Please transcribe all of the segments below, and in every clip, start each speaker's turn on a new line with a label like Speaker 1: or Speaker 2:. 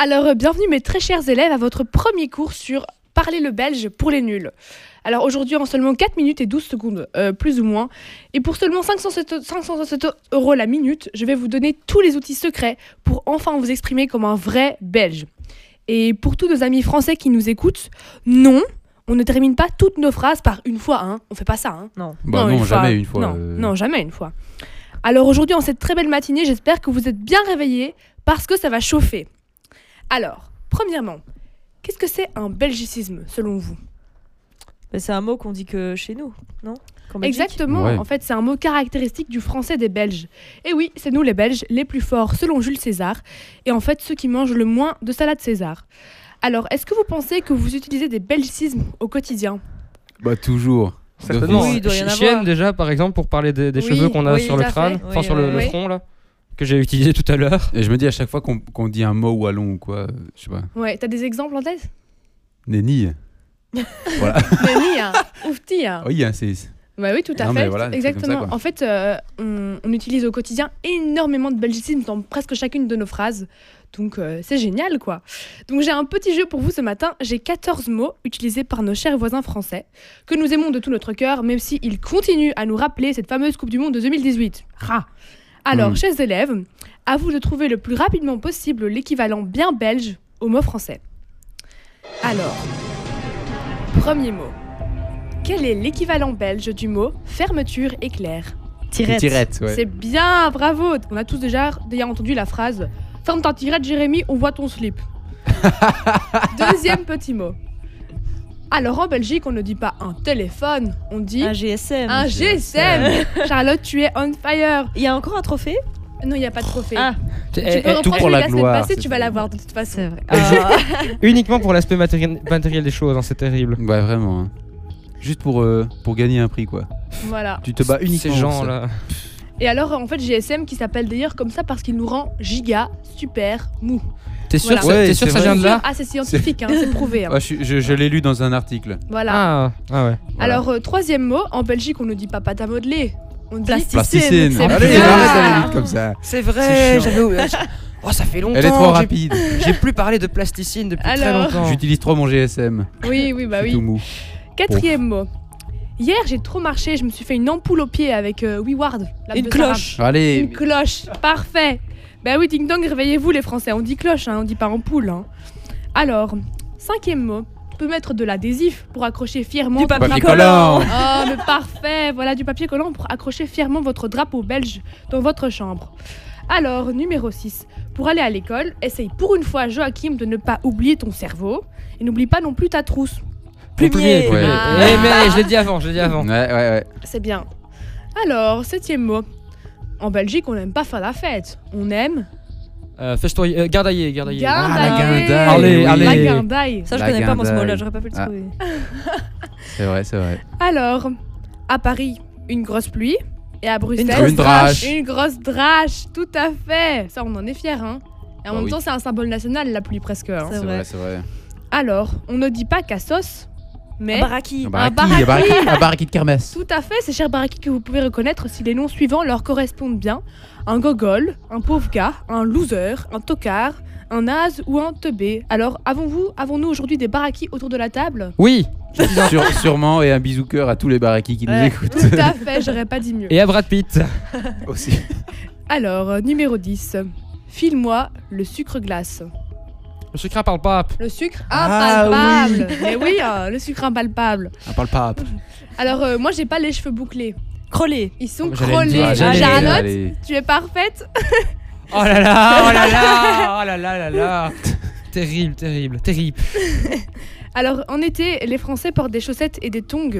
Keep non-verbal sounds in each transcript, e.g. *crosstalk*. Speaker 1: Alors, euh, bienvenue mes très chers élèves à votre premier cours sur Parler le belge pour les nuls. Alors aujourd'hui en seulement 4 minutes et 12 secondes, euh, plus ou moins, et pour seulement 507 507 euros la minute, je vais vous donner tous les outils secrets pour enfin vous exprimer comme un vrai belge. Et pour tous nos amis français qui nous écoutent, non, on ne termine pas toutes nos phrases par une fois, hein. on fait pas ça. Hein.
Speaker 2: Bah non,
Speaker 1: une fois.
Speaker 2: jamais une fois.
Speaker 1: Non,
Speaker 2: euh,
Speaker 1: non, jamais une fois. Alors aujourd'hui, en cette très belle matinée, j'espère que vous êtes bien réveillés parce que ça va chauffer. Alors, premièrement, qu'est-ce que c'est un belgicisme selon vous
Speaker 3: Bah, c'est un mot qu'on dit que chez nous, non Qu'en Belgique
Speaker 1: Exactement,
Speaker 2: Ouais.
Speaker 1: en fait, c'est un mot caractéristique du français des Belges. Et oui, c'est nous les Belges les plus forts selon Jules César et en fait ceux qui mangent le moins de salade César. Alors, est-ce que vous pensez que vous utilisez des belgicismes au quotidien
Speaker 2: Bah toujours.
Speaker 4: Certainement.
Speaker 3: Oui, il doit y en
Speaker 4: Chi-
Speaker 3: avoir.
Speaker 4: Chienne déjà par exemple pour parler des, des
Speaker 3: Oui,
Speaker 4: cheveux qu'on a
Speaker 3: oui,
Speaker 4: sur
Speaker 3: tout
Speaker 4: le
Speaker 3: à
Speaker 4: crâne,
Speaker 3: fait.
Speaker 4: enfin
Speaker 3: Oui,
Speaker 4: sur le,
Speaker 3: oui,
Speaker 4: le
Speaker 3: oui.
Speaker 4: front là, que j'ai utilisé tout à l'heure.
Speaker 2: Et je me dis à chaque fois qu'on qu'on dit un mot wallon ou quoi, euh, je sais pas,
Speaker 1: Ouais, t'as des exemples en tête
Speaker 2: nenni.
Speaker 1: Mais oui, hein. *laughs* ouf, ti, hein.
Speaker 2: Oui, hein, c'est.
Speaker 1: Bah oui, tout à
Speaker 2: Non, mais
Speaker 1: fait.
Speaker 2: voilà, des trucs comme ça,
Speaker 1: Exactement.
Speaker 2: quoi.
Speaker 1: en fait, euh, on, on utilise au quotidien énormément de belgicismes dans presque chacune de nos phrases. Donc, euh, c'est génial, quoi. Donc, j'ai un petit jeu pour vous ce matin. J'ai 14 mots utilisés par nos chers voisins français, que nous aimons de tout notre cœur, même s'ils continuent à nous rappeler cette fameuse Coupe du Monde de 2018. Rah. Alors,
Speaker 2: Mm.
Speaker 1: chers élèves, à vous de trouver le plus rapidement possible l'équivalent bien belge au mot français. Alors, premier mot. Quel est l'équivalent belge du mot fermeture éclair
Speaker 2: Tirette. Tirette, ouais.
Speaker 1: C'est bien, bravo On a tous déjà, déjà entendu la phrase Ferme ta tirette, Jérémy, on voit ton
Speaker 4: *laughs*
Speaker 1: slip. Deuxième petit mot. Alors en Belgique, on ne dit pas un téléphone, on dit
Speaker 3: Un GSM.
Speaker 1: un GSM. Charlotte, tu es on fire.
Speaker 3: Il y a encore un trophée
Speaker 1: Non, il n'y a pas de trophée.
Speaker 3: Ah,
Speaker 4: Eh,
Speaker 1: Tu peux
Speaker 4: eh, tout
Speaker 1: reprendre
Speaker 4: pour
Speaker 1: celui de
Speaker 4: la
Speaker 1: la semaine
Speaker 2: gloire,
Speaker 1: passée,
Speaker 2: c'est
Speaker 1: tu vas
Speaker 2: tout.
Speaker 1: l'avoir de toute façon.
Speaker 5: C'est vrai.
Speaker 3: Ah.
Speaker 4: *laughs*
Speaker 2: Ah.
Speaker 4: uniquement pour l'aspect matériel, matériel des choses, hein, c'est terrible.
Speaker 2: Ouais, vraiment. hein. Juste pour, euh, pour gagner un prix, quoi.
Speaker 1: Voilà.
Speaker 2: Tu te bats uniquement
Speaker 4: Ces
Speaker 2: pour
Speaker 4: gens
Speaker 2: ça.
Speaker 4: là.
Speaker 1: Et alors, en fait, GSM qui s'appelle d'ailleurs comme ça parce qu'il nous rend giga, super, mou.
Speaker 4: T'es sûr,
Speaker 1: Voilà.
Speaker 4: que
Speaker 2: Ouais,
Speaker 4: ça- t'es sûr que
Speaker 2: c'est
Speaker 4: ça
Speaker 2: vrai.
Speaker 4: vient de là
Speaker 1: Ah, c'est scientifique, hein, c'est prouvé.
Speaker 4: *laughs*
Speaker 1: hein.
Speaker 2: Ah, je suis- je je l'ai lu dans un article.
Speaker 1: Voilà.
Speaker 4: Ah, ah ouais.
Speaker 2: Voilà.
Speaker 1: Alors, euh, troisième mot, en Belgique, on ne dit pas pâte à modeler. On dit
Speaker 3: Plastique.
Speaker 2: Plasticine.
Speaker 1: C'est
Speaker 2: Bah, Allez,
Speaker 1: bien.
Speaker 2: arrête d'aller vite comme ça.
Speaker 6: C'est
Speaker 2: C'est
Speaker 6: vrai,
Speaker 2: chiant.
Speaker 6: j'avais
Speaker 2: *laughs*
Speaker 6: oublié. Oh, ça fait longtemps.
Speaker 2: Elle est trop
Speaker 6: j'ai-
Speaker 2: rapide.
Speaker 6: J'ai plus parlé de plasticine depuis
Speaker 1: Alors.
Speaker 6: très longtemps.
Speaker 2: J'utilise trop mon GSM.
Speaker 1: *laughs* Oui, oui, bah
Speaker 2: Je suis
Speaker 1: oui.
Speaker 2: tout mou.
Speaker 1: Quatrième mot. Hier, j'ai trop marché, je me suis fait une ampoule au pied avec euh, WeWard. l'app
Speaker 3: Une
Speaker 1: de Sarah.
Speaker 3: cloche. Eh
Speaker 2: Allez.
Speaker 1: Une cloche, parfait. Bah oui, ding dong, réveillez-vous les Français. On dit cloche, hein, on dit pas ampoule. hein. Alors, cinquième mot. On peut mettre de l'adhésif pour accrocher fièrement.
Speaker 3: Du
Speaker 1: votre
Speaker 3: papier
Speaker 2: Papier
Speaker 1: drapeau.
Speaker 2: collant.
Speaker 1: Oh, mais parfait Voilà du papier collant pour accrocher fièrement votre drapeau belge dans votre chambre. Alors, numéro 6. Pour aller à l'école, essaye pour une fois, Joachim, de ne pas oublier ton cerveau. Et n'oublie pas non plus ta trousse.
Speaker 3: Plumier.
Speaker 4: Plumier, plumier.
Speaker 1: Ah.
Speaker 4: Eh, mais je l'ai dit avant, je l'ai dit avant.
Speaker 2: Ouais, ouais, ouais.
Speaker 1: *laughs* C'est bien. Alors, septième mot. En Belgique, on n'aime pas faire la fête. On aime...
Speaker 4: Euh, Festoy, euh, gardailler, gardailler.
Speaker 1: Gardailler.
Speaker 2: Ah, la guindaille.
Speaker 4: Allez,
Speaker 2: oui.
Speaker 4: allez.
Speaker 1: La guindaille.
Speaker 3: Ça, je
Speaker 2: La
Speaker 3: connais pas moi ce
Speaker 2: guindaille.
Speaker 3: mot-là, j'aurais pas pu le
Speaker 2: Ah.
Speaker 3: trouver.
Speaker 2: C'est vrai, c'est vrai.
Speaker 1: Alors, à Paris, une grosse pluie. Et à Bruxelles,
Speaker 2: grosse Une drache. drache.
Speaker 1: Une grosse drache, tout à fait. Ça, on en est fiers. Hein. Et en
Speaker 2: Bah
Speaker 1: même
Speaker 2: oui.
Speaker 1: temps, c'est un symbole national, la pluie presque. hein.
Speaker 3: C'est
Speaker 2: C'est
Speaker 3: vrai.
Speaker 2: vrai, c'est vrai.
Speaker 1: Alors, on ne dit pas cassos, mais
Speaker 3: Baraki.
Speaker 2: Un
Speaker 1: baraki.
Speaker 2: baraki, un baraki- un baraki de kermesse.
Speaker 1: tout à fait ces chers baraki que vous pouvez reconnaître si les noms suivants leur correspondent bien. Un gogol, un pauvre gars, un loser, un tocard, un naze ou un teubé. Alors, avons-vous, avons-nous aujourd'hui des baraki autour de la
Speaker 4: *laughs*
Speaker 1: table
Speaker 4: Oui,
Speaker 2: Sûre- sûrement, et un bisou cœur à tous les barakis qui nous
Speaker 3: Ouais.
Speaker 2: écoutent
Speaker 1: Tout à fait, j'aurais pas dit mieux.
Speaker 4: et à Brad Pitt.
Speaker 2: *laughs* aussi.
Speaker 1: Alors, euh, numéro 10. File-moi le sucre glace.
Speaker 4: Le sucre parle pas.
Speaker 1: Le sucre
Speaker 2: Ah
Speaker 1: impalpable. Mais oui, hein, le sucre impalpable.
Speaker 2: On parle pas.
Speaker 1: Alors, euh, moi, j'ai pas les cheveux bouclés.
Speaker 3: Crolé.
Speaker 1: Ils sont
Speaker 4: J'allais le
Speaker 1: crôlés.
Speaker 4: dire, j'allais le dire,
Speaker 1: Charlotte, tu es parfaite.
Speaker 4: Oh là là, oh là là, oh là là là là. Terrible, terrible, terrible.
Speaker 1: Alors, en été, les Français portent des chaussettes et des tongs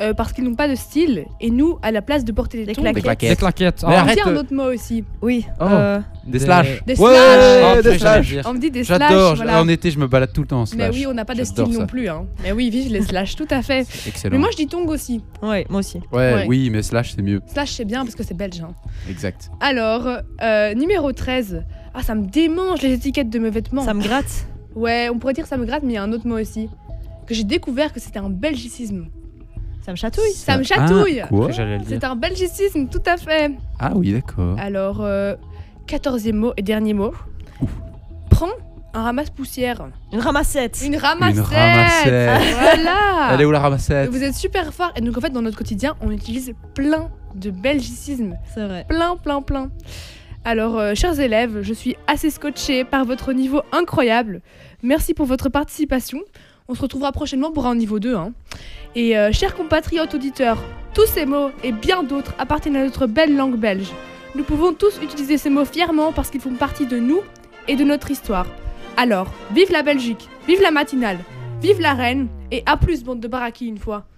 Speaker 1: euh, parce qu'ils n'ont pas de style. Et nous, à la place de porter des,
Speaker 3: Des
Speaker 1: tongs,
Speaker 3: claquettes.
Speaker 2: Des
Speaker 4: Des
Speaker 2: claquettes.
Speaker 4: claquettes.
Speaker 2: Mais
Speaker 4: oh.
Speaker 1: on dit
Speaker 2: Arrête. euh,
Speaker 1: un autre mot aussi.
Speaker 3: Oui.
Speaker 4: Oh.
Speaker 3: euh,
Speaker 2: Des slash.
Speaker 1: Des
Speaker 2: Ouais,
Speaker 1: slash.
Speaker 4: Oh,
Speaker 2: des
Speaker 4: purée, j'allais
Speaker 2: slash.
Speaker 4: le dire.
Speaker 1: On me dit des
Speaker 2: J'adore.
Speaker 1: slash.
Speaker 2: je-
Speaker 1: Voilà.
Speaker 2: En été, je me balade tout le temps en
Speaker 1: Mais
Speaker 2: slash.
Speaker 1: oui, on n'a pas de style
Speaker 2: J'adore
Speaker 1: non
Speaker 2: ça.
Speaker 1: plus. Hein. Mais oui, vive les slash, tout à fait.
Speaker 2: Excellent.
Speaker 1: Mais moi, je dis tongs aussi.
Speaker 3: Ouais, moi aussi.
Speaker 2: ouais,
Speaker 1: ouais.
Speaker 2: oui, mais slash, c'est mieux.
Speaker 1: Slash, c'est bien parce que c'est belge. hein.
Speaker 2: Exact.
Speaker 1: Alors, euh, numéro 13. Ah, ça me démange les étiquettes de mes vêtements.
Speaker 3: Ça me gratte.
Speaker 1: Ouais, on pourrait dire ça me gratte, mais il y a un autre mot aussi. Que j'ai découvert que c'était un belgicisme.
Speaker 3: Ça me chatouille.
Speaker 1: Ça me chatouille.
Speaker 2: Ah, quoi
Speaker 4: J'allais le dire.
Speaker 1: C'est un belgicisme, tout à fait.
Speaker 2: Ah oui, d'accord.
Speaker 1: Alors, euh, quatorzième mot et dernier mot. Prends Un ramasse-poussière.
Speaker 3: Une ramassette.
Speaker 1: Une ramassette. Ah.
Speaker 2: Une ramassette.
Speaker 1: Voilà.
Speaker 2: Elle est où la ramassette
Speaker 1: Vous êtes super fort. Et donc en fait, dans notre quotidien, on utilise plein de belgicismes.
Speaker 3: C'est vrai.
Speaker 1: Plein, plein, plein. Alors, euh, chers élèves, je suis assez scotché par votre niveau incroyable. Merci pour votre participation. On se retrouvera prochainement pour un niveau 2. hein. Et euh, chers compatriotes auditeurs, tous ces mots et bien d'autres appartiennent à notre belle langue belge. Nous pouvons tous utiliser ces mots fièrement parce qu'ils font partie de nous et de notre histoire. Alors, vive la Belgique, vive la matinale, vive la reine et à plus bande de baraquis une fois.